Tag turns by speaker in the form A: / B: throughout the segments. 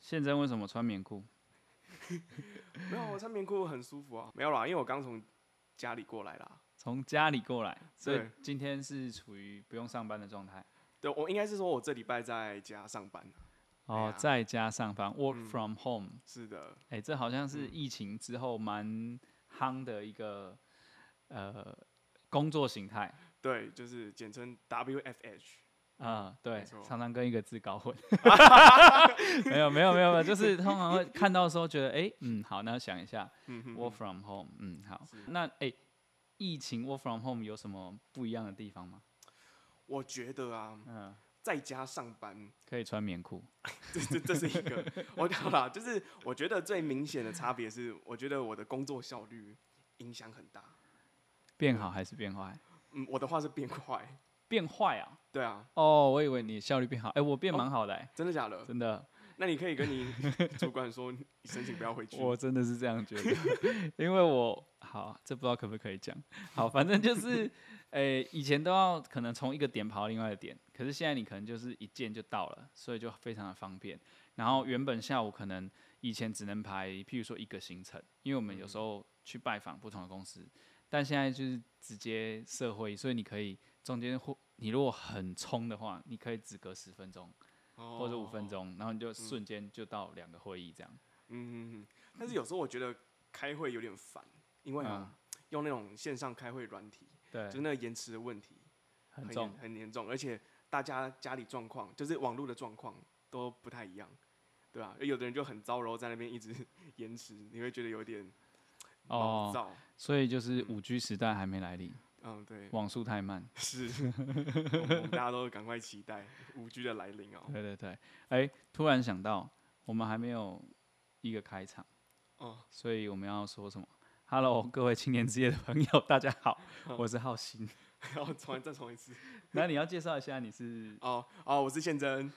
A: 现在为什么穿棉裤？
B: 没有，啊我穿棉裤很舒服啊。没有啦，因为我刚从家里过来啦。
A: 从家里过来，所以
B: 对哎
A: 今天是处于不用上班的状态。
B: 对，我应该是说我这礼拜在家上班。
A: 哦
B: 哎，呀
A: 在家上班，work
B: 嗯
A: from home。
B: 是的，
A: 哎、这好像是
B: 嗯
A: 疫情之后蛮夯的一个呃工作形态
B: 对，就是简称 WFH。
A: 啊、对
B: 没错，
A: 常常跟一个字搞 混。没有没有没有，没有就是通常会看到的时候觉得，哎、嗯，好，那想一下
B: 嗯哼
A: work from home，嗯，好
B: 是，
A: 那哎、疫情 work from home 有什么不一样的地方吗？
B: 我觉得啊，
A: 嗯，
B: 在家上班，
A: 可以穿棉裤，
B: 这这这是一个，我讲啦，就是我觉得最明显的差别是，我觉得我的工作效率影响很大。
A: 变好还是变坏？
B: 嗯，我的话是变快。
A: 变坏啊！
B: 对啊，
A: 哦，我以为你效率变好，哎、我变
B: 哦
A: 蛮好的、哎，
B: 真的假的？
A: 真的。
B: 那你可以跟你主管说，你申请不要回去。
A: 我真的是这样觉 得，因为我好，这不知道可不可以讲。好，反正 就是，诶、以前都要可能从一个点跑到另外一个点，可是现在你可能就是一键就到了，所以就非常的方便。然后原本下午可能以前只能排，譬如说一个行程，因为我们有时候去拜访不同的公司，但现在就是直接社会，所以你可以中间或你如果很冲的话，你可以只隔十分钟
B: 哦
A: 或者五分。钟，然后你就瞬间就到两个会议这样。
B: 嗯，嗯嗯但是有时候我觉得开会有点烦，因为啊，用那种线上开会软体，
A: 对
B: 就是，那个延迟的问题
A: 很
B: 严
A: 重。
B: 很严重，而且大家家里状况，就是网络的状况都不太一样，对吧、有的人就很糟，然后在那边一直 延迟，你会觉得有点
A: 哦
B: 毛躁。
A: 所以就是五 G 时代还没来临，
B: 嗯，对，
A: 网速太慢。
B: 是，我我们大家都赶快期待五 G 的来临哦。
A: 对对对，哎、突然想到，我们还没有一个开场，
B: 哦，
A: 所以我们要说什么？Hello，各位青年之夜的朋友，大家好，我是浩鑫。
B: 然后重来再重一次。
A: 那你要介绍一下你是
B: 哦哦，我是宪真，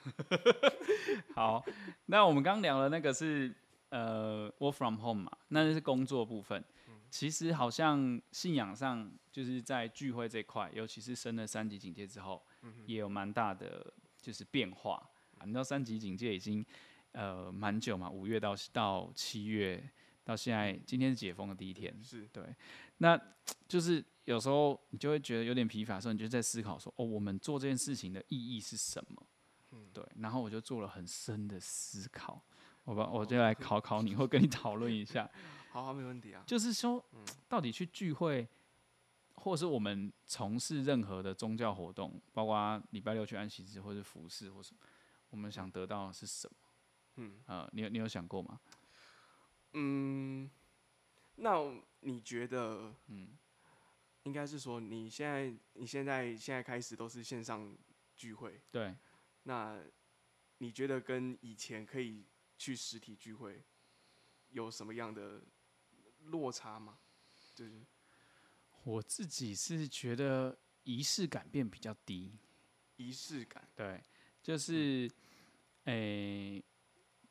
A: 好？那我们刚聊了那个是呃，work from home 嘛，那是工作部分。其实好像信仰上，就是在聚会这块，尤其是升了三级警戒之后，也有蛮大的就是变化。啊你知道三级警戒已经呃蛮久嘛，五月到到七月到现在，今天是解封的第一天，
B: 是
A: 对。那就是有时候你就会觉得有点疲乏的时候，你就在思考说，哦，我们做这件事情的意义是什么？对。然后我就做了很深的思考，我吧，我就来考考你，或跟你讨论一下。
B: 好好没问题啊。
A: 就是说，到底去聚会，或是我们从事任何的宗教活动，包括礼拜六去安息日，或是服饰，或是我们想得到的是什么？
B: 嗯
A: 呃，你有你有想过吗？
B: 嗯，那你觉得，嗯，应该是说你现在你现在现在开始都是线上聚会，
A: 对，
B: 那你觉得跟以前可以去实体聚会有什么样的落差吗？就是
A: 我自己是觉得仪式感变比较低。
B: 仪式感，
A: 对，就是，诶、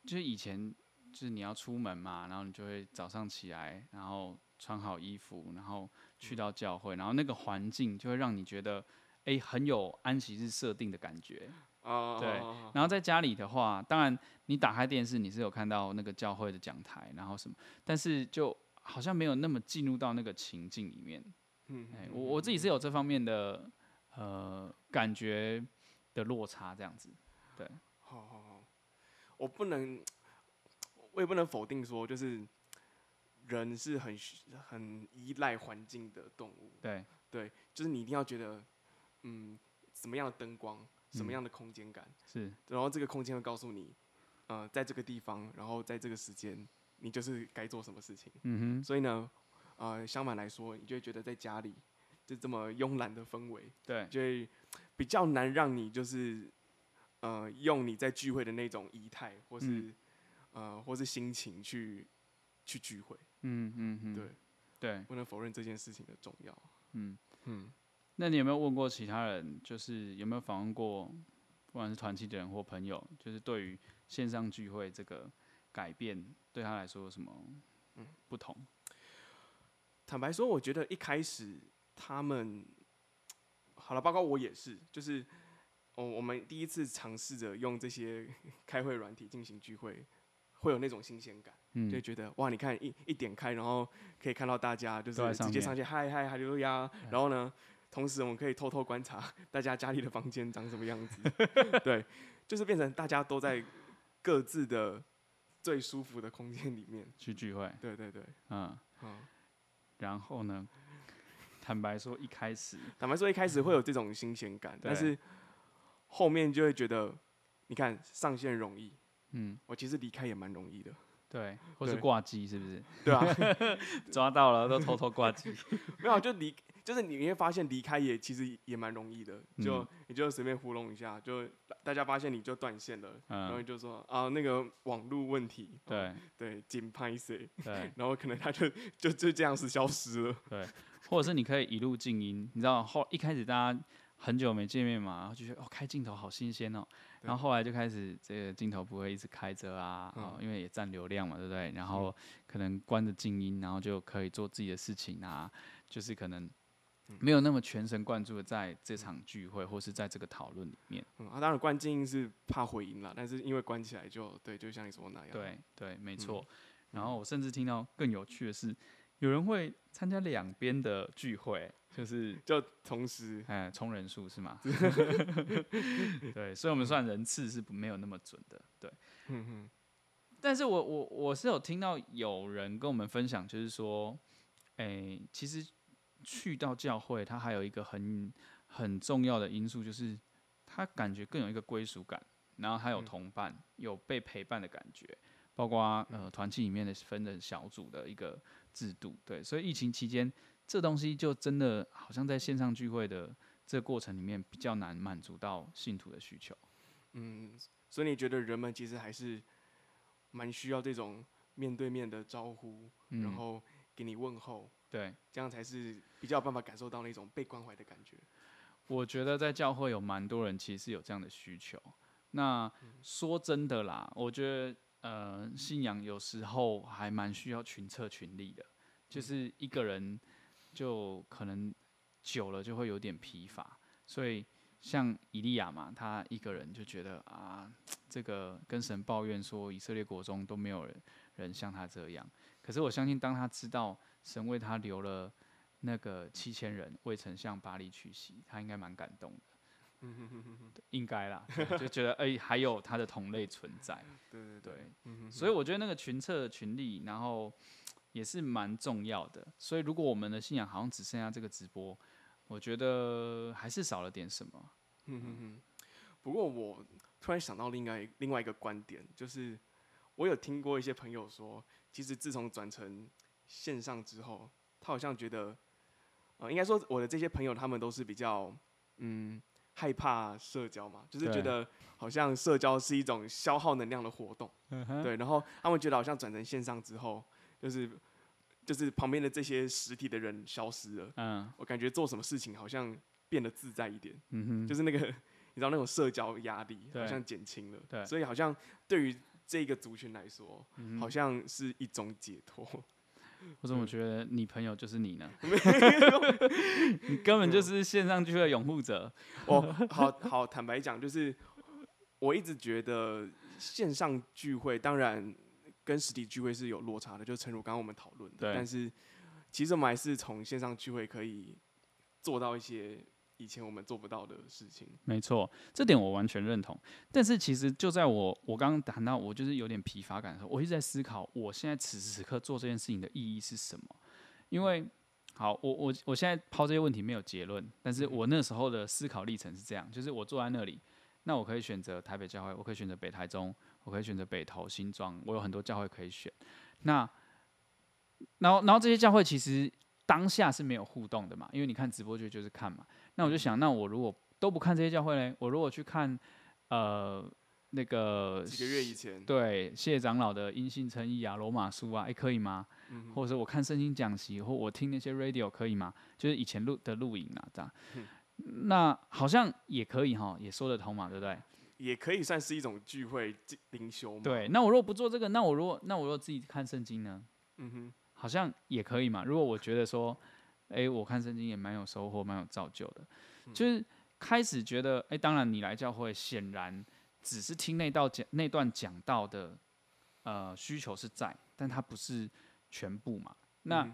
A: 就是以前就是你要出门嘛，然后你就会早上起来，然后穿好衣服，然后去到教会，然后那个环境就会让你觉得，诶、很有安息日设定的感觉。
B: 啊，
A: 对
B: 啊
A: 然后在家里的话，当然你打开电视，你是有看到那个教会的讲台，然后什么，但是就好像没有那么进入到那个情境里面。
B: 嗯
A: 哎、我我自己是有这方面的呃感觉的落差这样子。
B: 好好好，我不能，我也不能否定说，就是人是很需很依赖环境的动物。
A: 对，
B: 对，就是你一定要觉得，嗯，什么样的灯光，什么样的空间感，
A: 是
B: 然后这个空间会告诉你，呃，在这个地方，然后在这个时间，你就是该做什么事情。
A: 嗯哼，
B: 所以呢，呃，相反来说，你就会觉得在家里就这么慵懒的氛围，
A: 对，
B: 就会比较难让你就是，呃，用你在聚会的那种仪态，或是、呃，或是心情去去聚会。
A: 嗯嗯嗯，
B: 对，
A: 对，
B: 不能否认这件事情的重要。
A: 嗯
B: 嗯，
A: 那你有没有问过其他人，就是有没有访问过，不管是团体的人或朋友，就是对于线上聚会这个改变，对他来说有什么
B: 嗯
A: 不同？
B: 坦白说，我觉得一开始他们好了，包括我也是，就是 哦，我们第一次尝试着用这些开会软体进行聚会会有那种新鲜感，
A: 嗯
B: 就会觉得哇，你看一一点开，然后可以看到大家就是
A: 都在上
B: 直接
A: 面嗯
B: 上去嗨嗨哈利路亚，然后呢，同时我们可以偷偷观察大家家里的房间长什么样 子，对，就是变成大家都在各自的最舒服的空间里面，
A: 去聚会，
B: 对对对，
A: 嗯，
B: 嗯，
A: 然后呢， 坦白说一开始，
B: 坦白说一开始会有这种新鲜感，但
A: 对
B: 是后面就会觉得，你看上线容易，
A: 嗯，
B: 我其实离开也蛮容易的，
A: 对，或是
B: 对
A: 挂机是不是？
B: 对啊，
A: 抓到了都偷偷挂机，
B: 没有，啊就离，就是你会发现离开也其实也蛮容易的，就、
A: 嗯
B: 你就随便糊弄一下，就大家发现你就断线了，然
A: 嗯
B: 后你，就说啊那个网络问题，哦
A: 对
B: 对，紧拍谁，
A: 对
B: 然后可能他就就就这样子消失了，
A: 对，或者是你可以一路静音，你知道后一开始大家很久没见面嘛，然后就觉得哦开镜头好新鲜哦，然后后来就开始这个镜头不会一直开着啊，哦因为也占流量嘛，对不对？然后可能关着静音，然后就可以做自己的事情啊，就是可能。没有那么全神贯注的在这场聚会或是在这个讨论里面，
B: 嗯，啊当然关静音是怕回音啦，但是因为关起来就对，就像你说的那样，
A: 对对，没错。然后我甚至听到更有趣的是，有人会参加两边的聚会，就是
B: 就同时
A: 哎，充人数是吗？ 对，所以我们算人次是不没有那么准的，对。但是我我我是有听到有人跟我们分享，就是说，哎、其实去到教会，它还有一个很很重要的因素，就是他感觉更有一个归属感，然后还有同伴，有被陪伴的感觉，包括呃团契里面的分的小组的一个制度，对，所以疫情期间这东西就真的好像在线上聚会的这个过程里面比较难满足到信徒的需求，
B: 嗯，所以你觉得人们其实还是蛮需要这种面对面的招呼，然后给你问候。
A: 对。
B: 这样才是比较有办法感受到那种被关怀的感觉。
A: 我觉得在教会有蛮多人其实是有这样的需求。那说真的啦，我觉得呃，信仰有时候还蛮需要群策群力的，就是一个人就可能久了就会有点疲乏，所以像以利亚嘛，他一个人就觉得啊，这个跟神抱怨说以色列国中都没有人人像他这样。可是我相信，当他知道神为他留了。那个七千人未曾向巴黎屈膝，他应该蛮感动的，对应该啦，对就觉得哎、还有他的同类存在，
B: 对对对，
A: 对，所以我觉得那个群策群力，然后也是蛮重要的。所以如果我们的信仰好像只剩下这个直播，我觉得还是少了点什么。
B: 嗯哼哼。不过我突然想到另外另外一个观点，就是我有听过一些朋友说，其实自从转成线上之后，他好像觉得，呃，应该说我的这些朋友他们都是比较嗯害怕社交嘛，就是
A: 对
B: 觉得好像社交是一种消耗能量的活动。对，然后他们觉得好像转成线上之后，就是就是旁边的这些实体的人消失了，
A: 嗯
B: 我感觉做什么事情好像变得自在一点，
A: 嗯哼，
B: 就是那个你知道那种社交压力好
A: 对
B: 像减轻了，
A: 对嗯
B: 所以好像对于这个族群来说，好像是一种解脱。
A: 我怎么觉得你朋友就是你呢？你根本就是线上聚会的拥护者。
B: 我哦好好坦白讲，就是我一直觉得线上聚会当然跟实体聚会是有落差的，就诚如刚刚我们讨论的，
A: 对
B: 但是其实我们还是从线上聚会可以做到一些以前我们做不到的事情。
A: 没错，这点我完全认同。但是其实就在我我刚刚谈到我就是有点疲乏感的时候，我一直在思考，我现在此时此刻做这件事情的意义是什么？因为好，我我我现在抛这些问题没有结论，但是我那时候的思考历程是这样，就是我坐在那里，那我可以选择台北教会，我可以选择北台中，我可以选择北投、新庄，我有很多教会可以选。那然后然后这些教会其实当下是没有互动的嘛，因为你看直播就就是看嘛。那我就想，那我如果都不看这些教会嘞，我如果去看呃那个
B: 几个月以前，
A: 对谢长老的因信称义啊、罗马书啊，哎、可以吗？或者是我看圣经讲习，或我听那些 radio 可以吗？就是以前录的录影啊，这样。那好像也可以哈，也说得通嘛，对不对？
B: 也可以算是一种聚会即灵修嘛。，
A: 对。那我如果不做这个，那我如果那我如果自己看圣经呢？
B: 嗯哼，
A: 好像也可以嘛。如果我觉得说，诶，我看圣经也蛮有收获，蛮有造就的，
B: 嗯
A: 就是开始觉得，诶，当然你来教会，显然只是听那道讲那段讲道的呃需求是在，但它不是全部嘛。那
B: 嗯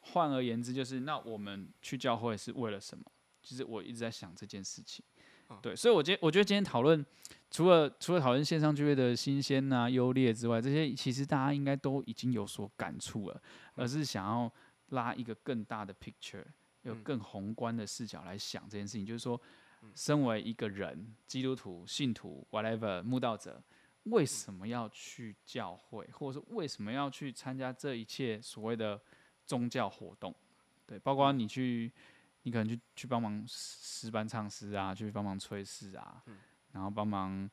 A: 换而言之，就是那我们去教会是为了什么？就是我一直在想这件事情。
B: 嗯
A: 对，所以我今天我觉得今天讨论，除了除了讨论线上聚会的新鲜呐、优劣之外，这些其实大家应该都已经有所感触了，
B: 嗯
A: 而是想要拉一个更大的 picture，有
B: 嗯
A: 更宏观的视角来想这件事情，就是说，身为一个人，基督徒、信徒，whatever，慕道者，为
B: 嗯
A: 什么要去教会，或者是为什么要去参加这一切所谓的宗教活动？对，包括你去，你可能去去帮忙诗班唱诗啊，去帮忙吹诗啊，然后帮忙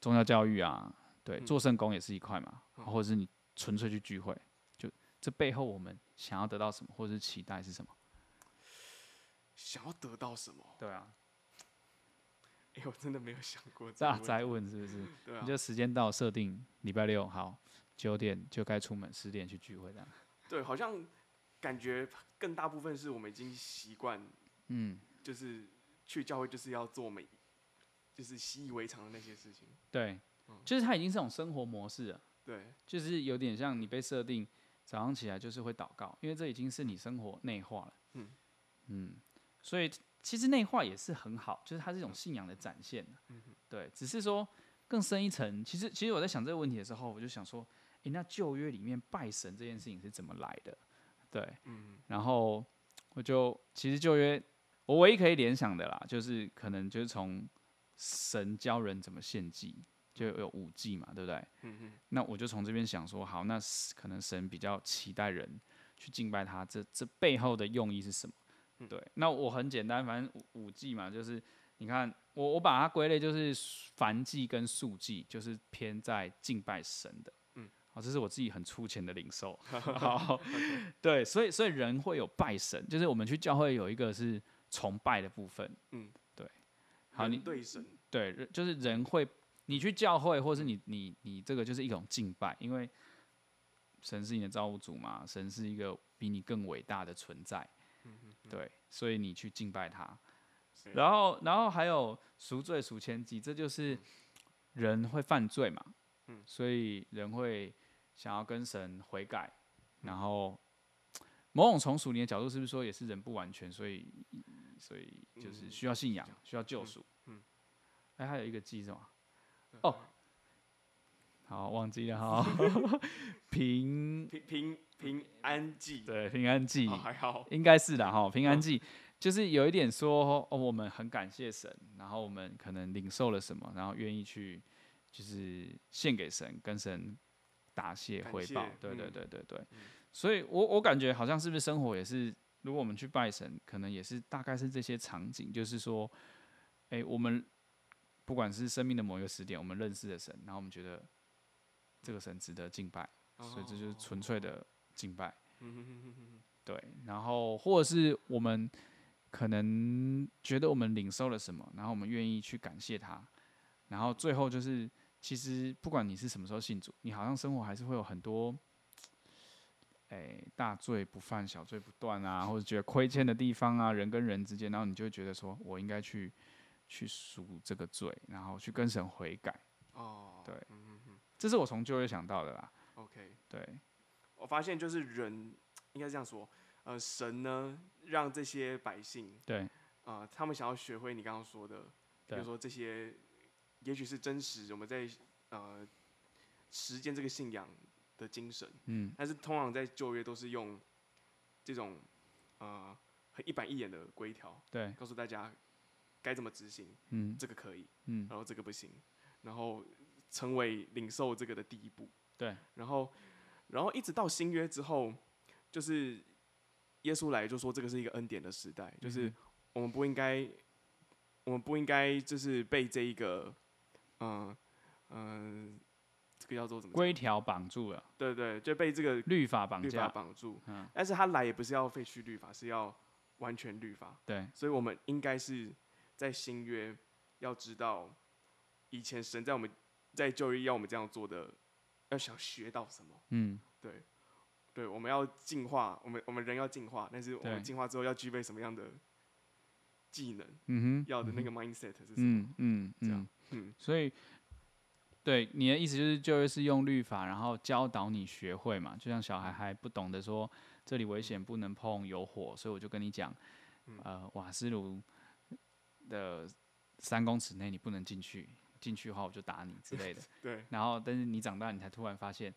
A: 宗教教育啊，对，
B: 嗯
A: 做圣工也是一块嘛，
B: 嗯
A: 或者是你纯粹去聚会，就这背后我们想要得到什么，或者是期待是什么？
B: 想要得到什么？
A: 对啊，
B: 哎、我真的没有想过这个
A: 大
B: 问题。
A: 灾问是不是？
B: 对啊
A: 你，就时间到设定礼拜六好九点就该出门，十点去聚会这样。
B: 对，好像感觉更大部分是我们已经习惯，
A: 嗯，
B: 就是去教会就是要做每，就是习以为常的那些事情。
A: 对，
B: 嗯
A: 就是它已经是种生活模式了，
B: 对，
A: 就是有点像你被设定早上起来就是会祷告，因为这已经是你生活内化了。
B: 嗯
A: 嗯所以其实内化也是很好，就是它是一种信仰的展现。啊
B: 嗯哼
A: 对，只是说更深一层，其实其实我在想这个问题的时候，我就想说，诶，那旧约里面拜神这件事情是怎么来的？对，
B: 嗯，
A: 然后我就其实旧约，我唯一可以联想的啦，就是可能就是从神教人怎么献祭，就有五祭嘛，对不对？
B: 嗯哼，
A: 那我就从这边想说，好，那是可能神比较期待人去敬拜他，这这背后的用意是什么？
B: 嗯
A: 对，那我很简单，反正五五祭嘛，就是你看我我把它归类就是凡祭跟素祭，就是偏在敬拜神的。
B: 嗯，
A: 好，这是我自己很粗浅的领 受。好，对，所以所以人会有拜神，就是我们去教会有一个是崇拜的部分。
B: 嗯，
A: 对。好，
B: 人
A: 你
B: 对神，
A: 对，人就是人会，你去教会，或是你你你这个就是一种敬拜，因为神是你的造物主嘛，神是一个比你更伟大的存在，
B: 嗯
A: 对，所以你去敬拜他。
B: 对
A: 然后，然后还有赎罪、赎千祭，这就是人会犯罪嘛，
B: 嗯
A: 所以人会想要跟神悔改，
B: 嗯
A: 然后某种从属灵的角度，是不是说也是人不完全，所以所以就是
B: 嗯
A: 需要信仰，需要救赎。
B: 嗯，
A: 哎，还有一个记是吗？
B: 对
A: 哦好，忘记了哈。 平
B: 平平平安记，
A: 对嗯平安记
B: 哦，还好，嗯
A: 应该是的哈。平安记就是有一点说，哦，我们很感谢神，然后我们可能领受了什么，然后愿意去就是献给神，跟神答谢
B: 感
A: 回
B: 谢
A: 报。对对
B: 嗯
A: 对对对
B: 嗯。
A: 所以我我感觉好像是不是生活也是，如果我们去拜神，可能也是大概是这些场景，就是说，哎，我们不管是生命的某一个时点，我们认识的神，然后我们觉得这个神值得敬拜，所以这就是纯粹的敬拜。
B: 嗯哼哼哼哼
A: 对，然后或者是我们可能觉得我们领受了什么，然后我们愿意去感谢他，然后最后就是，其实不管你是什么时候信主，你好像生活还是会有很多，哎，大罪不犯，小罪不断啊，或者觉得亏欠的地方啊，人跟人之间，然后你就会觉得说我应该去去赎这个罪，然后去跟神悔改，
B: 哼哦，
A: 对
B: 嗯哼哼
A: 这是我从旧约想到的啦。
B: ，OK，
A: 对，
B: 我发现就是人应该这样说，呃，神呢让这些百姓
A: 对，
B: 啊、他们想要学会你刚刚说的，比
A: 对
B: 如说这些，也许是真实我们在呃实践这个信仰的精神，
A: 嗯，
B: 但是通常在旧约都是用这种呃很一板一眼的规条，
A: 对，
B: 告诉大家该怎么执行，
A: 嗯
B: 这个可以，
A: 嗯，
B: 然后这个不行，然后成为领受这个的第一步。
A: 对，
B: 然后，然后一直到新约之后，就是耶稣来就说这个是一个恩典的时代，就是
A: 嗯
B: 我们不应该，我们不应该就是被这一个，嗯、嗯、这个叫做怎么讲？
A: 规条绑住了，
B: 对对，就被这个
A: 律法绑
B: 律
A: 架，
B: 法绑住。
A: 嗯
B: 但是他来也不是要废去律法，是要完全律法。
A: 对。
B: 所以我们应该是在新约要知道，以前神在我们在旧约要我们这样做的，要想学到什么？
A: 嗯，
B: 对，对，我们要进化，我们我们人要进化，但是我
A: 对
B: 们进化之后要具备什么样的技能？
A: 嗯哼，嗯
B: 要的那个 mindset 是什么？
A: 嗯嗯
B: 这
A: 嗯
B: 样，嗯
A: 所以对你的意思就是就业适用律法，然后教导你学会嘛，就像小
B: 嗯
A: 孩还不懂得说这里危险不能碰有火，所以我就跟你讲，
B: 嗯
A: 呃，瓦斯炉的三公尺内你不能进去，进去的话我就打你之类 的。
B: 对
A: 然后，但是你长大，你才突然发现，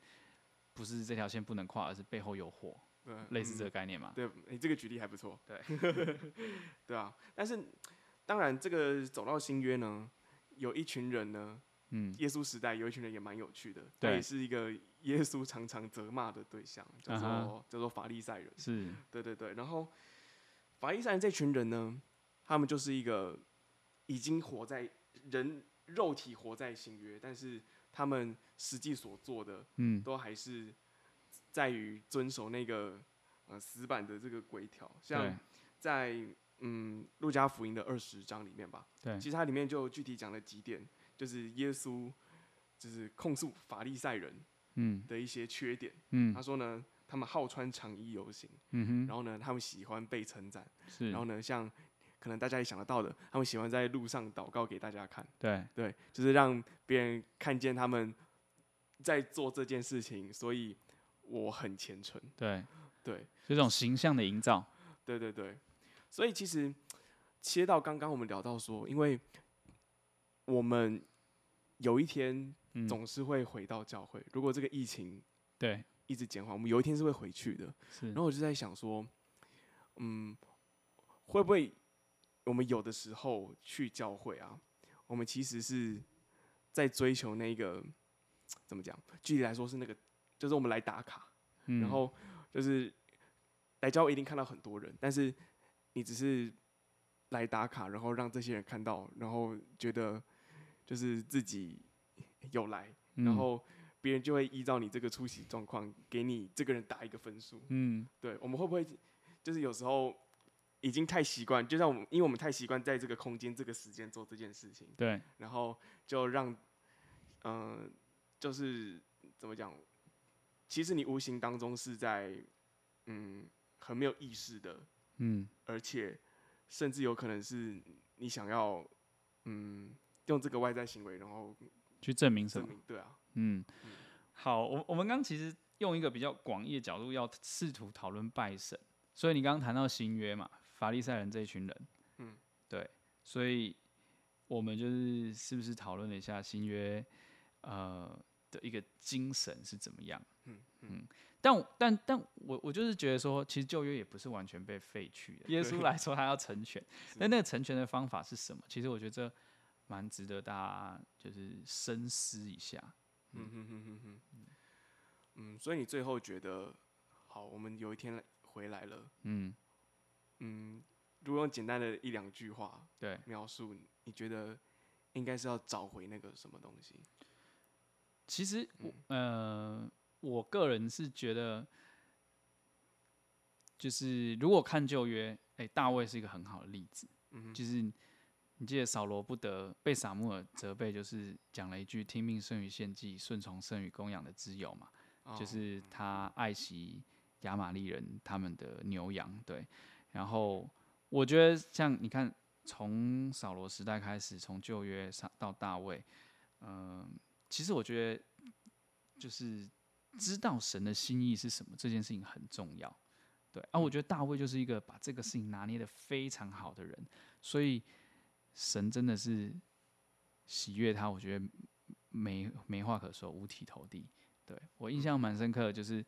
A: 不是这条线不能跨，而是背后有火，
B: 对，
A: 类似
B: 嗯
A: 这个概念嘛？
B: 对，你这个举例还不错。
A: 啊对，
B: 对啊。但是，当然，这个走到新约呢，有一群人呢，
A: 嗯，
B: 耶稣时代有一群人也蛮有趣的，他
A: 对
B: 也是一个耶稣常常责骂的对象，叫做、
A: 啊
B: 叫做法利赛人。
A: 是，
B: 对对对，然后法利赛人这群人呢，他们就是一个已经活在人肉体活在新约，但是他们实际所做的
A: 嗯，
B: 都还是在于遵守那个呃死板的这个规条，像
A: 对，
B: 在嗯《路加福音》的二十章里面吧，
A: 对
B: 其实它里面就具体讲了几点，就是耶稣就是控诉法利赛人
A: 嗯
B: 的一些缺点。
A: 嗯
B: 他说呢，他们好穿长衣游行，
A: 嗯
B: 然后呢，他们喜欢被称赞，
A: 哼，是
B: 然，后呢，像可能大家也想得到的，他们喜欢在路上祷告给大家看，
A: 对，
B: 对，就是让别人看见他们在做这件事情，所以我很虔诚，
A: 对，
B: 对，
A: 就这种形象的营造，
B: 对对对，所以其实切到刚刚我们聊到说，因为我们有一天
A: 嗯，
B: 总是会回到教会，如果这个疫情
A: 对，
B: 一直减缓，我们有一天是会回去的。
A: 是
B: 然，后我就在想说，嗯，会不会我们有的时候去教会啊，我们其实是在追求那个怎么讲？具体来说是那个，就是我们来打卡，
A: 嗯
B: 然后就是来教会一定看到很多人，但是你只是来打卡，然后让这些人看到，然后觉得就是自己有来，
A: 嗯
B: 然，后别人就会依照你这个出席状况给你这个人打一个分数。
A: 嗯
B: 对，我们会不会就是有时候已经太习惯，就像我们，因为我们太习惯在这个空间、这个时间做这件事情
A: 嗯，，对，
B: 然后就让，嗯、就是怎么讲？其实你无形当中是在，嗯，很没有意识的，
A: 嗯，
B: 而且甚至有可能是你想要，嗯，用这个外在行为，然后
A: 去证明什
B: 证
A: 么？
B: 明，对啊，
A: 嗯，好，我我们刚其实用一个比较广义的角度，要试图讨论拜神，所以你刚刚谈到新约嘛，法利赛人这一群人，
B: 嗯，
A: 对，所以我们就是是不是讨论了一下新约，呃的一个精神是怎么样？
B: 嗯
A: 嗯，但我但但我我就是觉得说，其实旧约也不是完全被废去的，耶稣来说他要成 全，但那个成全的方法是什么？其实我觉得这蛮值得大家就是深思一下。
B: 嗯哼哼哼哼，嗯，所以你最后觉得，好，我们有一天来回来了。
A: 嗯，
B: 嗯，如果用简单的一两句话
A: 对，
B: 描述，你觉得应该是要找回那个什么东西？
A: 其实我、
B: 嗯
A: 呃，我个人是觉得，就是如果看旧约，哎、大卫是一个很好的例子，
B: 嗯哼，
A: 就是你记得扫罗不得被撒母耳责备，就是讲了一句“听命胜于献祭，顺从胜于供养”的之友嘛，
B: 哦
A: 就是他爱惜亚玛利人他们的牛羊，对。然后我觉得像你看，从扫罗时代开始，从旧约上到大卫，嗯、其实我觉得就是知道神的心意是什么这件事情很重要。对啊，我觉得大卫就是一个把这个事情拿捏的非常好的人，所以神真的是喜悦他，我觉得没没话可说，五体投地。对我印象蛮深刻的，就是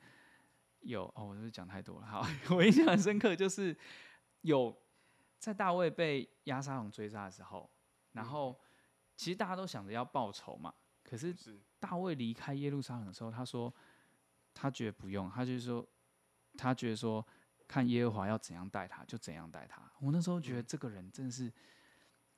A: 有哦，我是不是讲太多了？好， 我印象很深刻，就是有在大卫被押沙龙追杀的时候，然后其实大家都想着要报仇嘛，可是
B: 是
A: 大卫离开耶路撒冷的时候，他说他觉得不用，他就是说他觉得说看耶和华要怎样待他就怎样待他。我那时候觉得这个人真的是，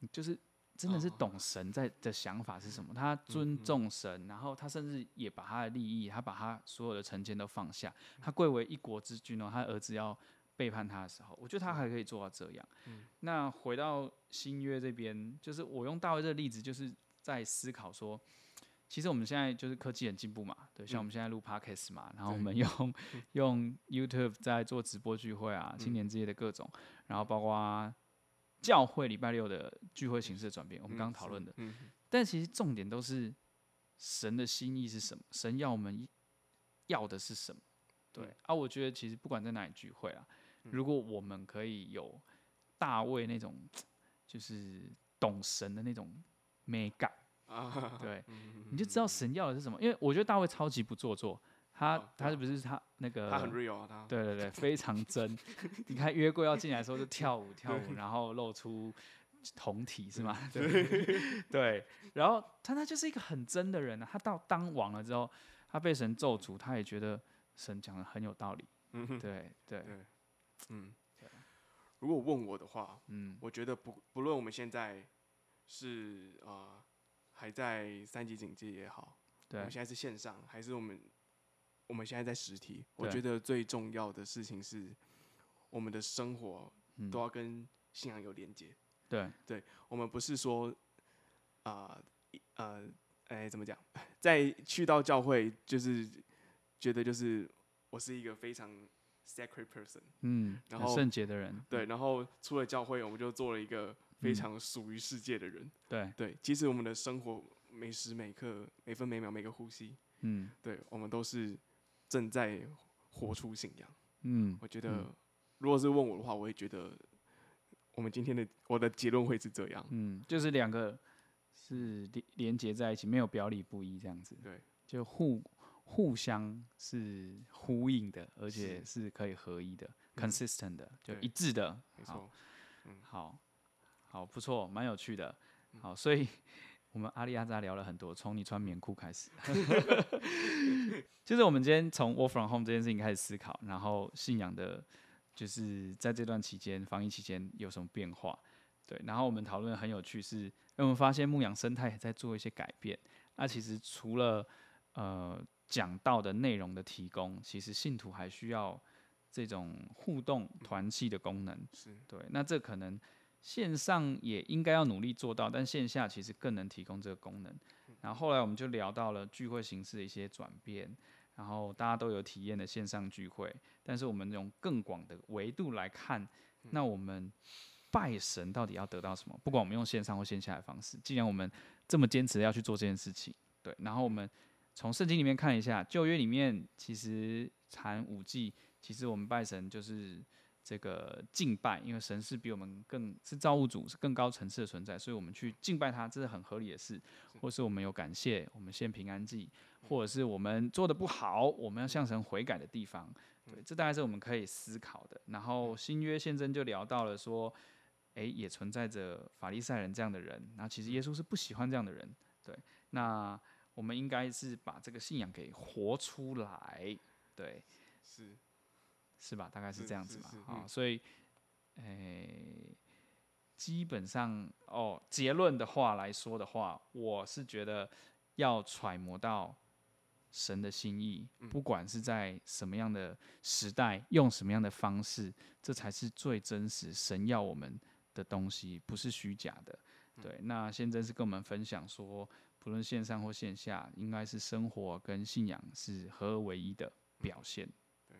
A: 就是真的是
B: 哦
A: 懂神在的想法是什么，他尊重神，然后他甚至也把他的利益，他把他所有的成见都放下，他贵为一国之君哦，他儿子要背叛他的时候，我觉得他还可以做到这样。那回到新约这边，就是我用大卫这个例子，就是在思考说，其实我们现在就是科技很进步嘛，对，像我们现在录 podcast 嘛，然后我
B: 对
A: 们用 用 YouTube 在做直播聚会啊，青年之夜的各种，然后包括教会礼拜六的聚会形式的转变，我
B: 我
A: 们刚刚讨论的，
B: 嗯嗯哼
A: 但其实重点都是神的心意是什么，神要我们要的是什么。对、
B: 嗯
A: 啊，我觉得其实不管在哪里聚会啊，
B: 嗯
A: 如果我们可以有大卫那种就是懂神的那种美感，
B: 啊，
A: 对，
B: 嗯，
A: 你就知道神要的是什么。因为我觉得大卫超级不做作，他、
B: 哦
A: 他是不是他那个
B: 他很 real 啊，他
A: 对对对，非常真。你看约柜要进来的时候就跳舞跳舞，然后露出红体是吗？对 对，然后他他就是一个很真的人啊。他到当王了之后，他被神咒诅，他也觉得神讲的很有道理。
B: 嗯哼
A: 对对，
B: 对，嗯，如果问我的话，
A: 嗯
B: 我觉得不不论我们现在是呃还在三级警戒也好，我
A: 对
B: 们，现在是线上，还是我们我们现在在实体，我
A: 对
B: 觉得最重要的事情是我们的生活
A: 嗯
B: 都要跟信仰有连接。
A: 对
B: 我们不是说，啊、一呃，哎、怎么讲？在去到教会，就是觉得就是我是一个非常 sacred person，
A: 嗯，
B: 然
A: 很
B: 后
A: 圣洁的人，
B: 对。然后出了教会，我们就做了一个非
A: 嗯
B: 常属于世界的人，
A: 对，
B: 对。其实我们的生活每时每刻、每分每秒、每个呼吸，
A: 嗯
B: 对我们都是正在活出信仰。
A: 嗯，
B: 我觉得，如果是问我的话，我会觉得我们今天的我的结论会是这样。
A: 嗯，就是两个是连连接在一起，没有表里不一这样子。
B: 对，
A: 就互互相是呼应的，而且
B: 是
A: 是可以合一的、
B: 嗯
A: c o n s i s t e n t 的，就
B: 对
A: 一致的。
B: 没
A: 好
B: 错，
A: 好，好，不错，蛮有趣的。好，所以我们阿里阿扎聊了很多，从你穿棉裤开始，就是我们今天从 work from home 这件事情开始思考，然后信仰的，就是在这段期间防疫期间有什么变化？对，然后我们讨论很有趣是，因为我们发现牧羊生态也在做一些改变。那其实除了呃讲到的内容的提供，其实信徒还需要这种互动团契的功能。
B: 是
A: 对，那这可能线上也应该要努力做到，但线下其实更能提供这个功能。然后后来我们就聊到了聚会形式的一些转变，然后大家都有体验的线上聚会，但是我们用更广的维度来看，那我们拜神到底要得到什么？不管我们用线上或线下的方式，既然我们这么坚持要去做这件事情，对，然后我们从圣经里面看一下，旧约里面其实谈五祭，其实我们拜神就是这个敬拜，因为神是比我们更是造物主，是更高层次的存在，所以我们去敬拜他，这是很合理的事。或是我们有感谢，我们献平安祭，或者是我们做的不好，我们要向神悔改的地方。对，这大概是我们可以思考的。然后新约宪政就聊到了说，诶，也存在着法利赛人这样的人，那其实耶稣是不喜欢这样的人。对，那我们应该是把这个信仰给活出来。对，
B: 是。
A: 是吧？大概是
B: 是
A: 这样子
B: 是
A: 嘛
B: 是。
A: 啊、
B: 嗯
A: 所以，诶、基本上哦，结论的话来说的话，我是觉得要揣摩到神的心意，
B: 嗯
A: 不管是在什么样的时代，用什么样的方式，这才是最真实神要我们的东西，不是虚假的。
B: 嗯
A: 对，那先真是跟我们分享说，不论线上或线下，应该是生活跟信仰是合而为一的表现。
B: 对，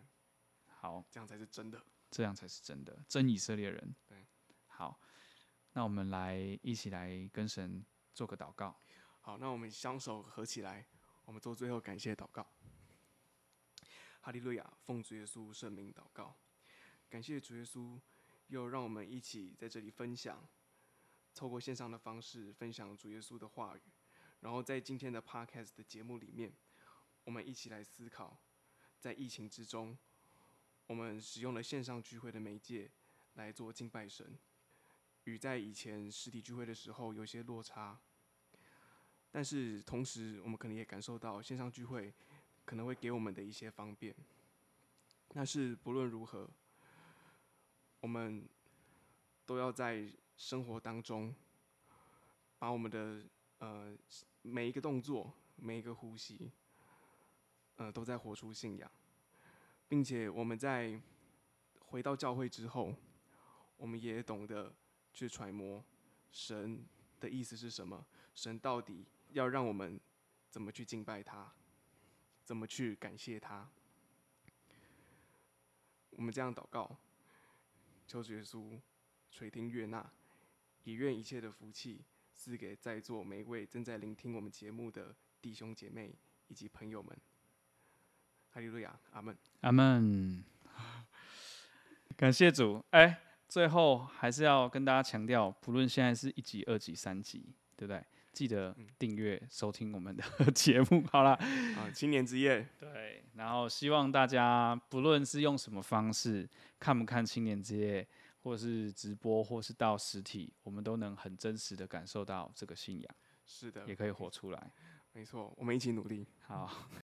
A: 好，
B: 这样才是真的。
A: 这样才是真的，真以色列人。
B: 对，
A: 好，那我们来一起来跟神做个祷告。
B: 好，那我们双手合起来，我们做最后感谢祷告。哈利路亚，奉主耶稣圣名祷告，感谢主耶稣，又让我们一起在这里分享，透过线上的方式分享主耶稣的话语，然后在今天的 podcast 的节目里面，我们一起来思考，在疫情之中，我们使用了线上聚会的媒介来做敬拜神，与在以前实体聚会的时候有些落差。但是同时，我们可能也感受到线上聚会可能会给我们的一些方便。但是不论如何，我们都要在生活当中，把我们的呃每一个动作、每一个呼吸，呃，都在活出信仰，并且我们在回到教会之后，我们也懂得去揣摩神的意思是什么。神到底要让我们怎么去敬拜他，怎么去感谢他。我们这样祷告，求主耶稣垂听悦纳，也愿一切的福气赐给在座每一位正在聆听我们节目的弟兄姐妹以及朋友们。哈利路亚，阿门。
A: 阿门。 感谢主。哎、最后还是要跟大家强调，不论现在是一集、二集、三集，对不对？记得订阅收听我们的 节目。好啦，
B: 啊，青年之夜，
A: 对，然后希望大家不论是用什么方式，看不看青年之夜，或是直播，或是到实体，我们都能很真实的感受到这个信仰，
B: 是的
A: 也，可以活出来。
B: 没错，我们一起努力。
A: 好，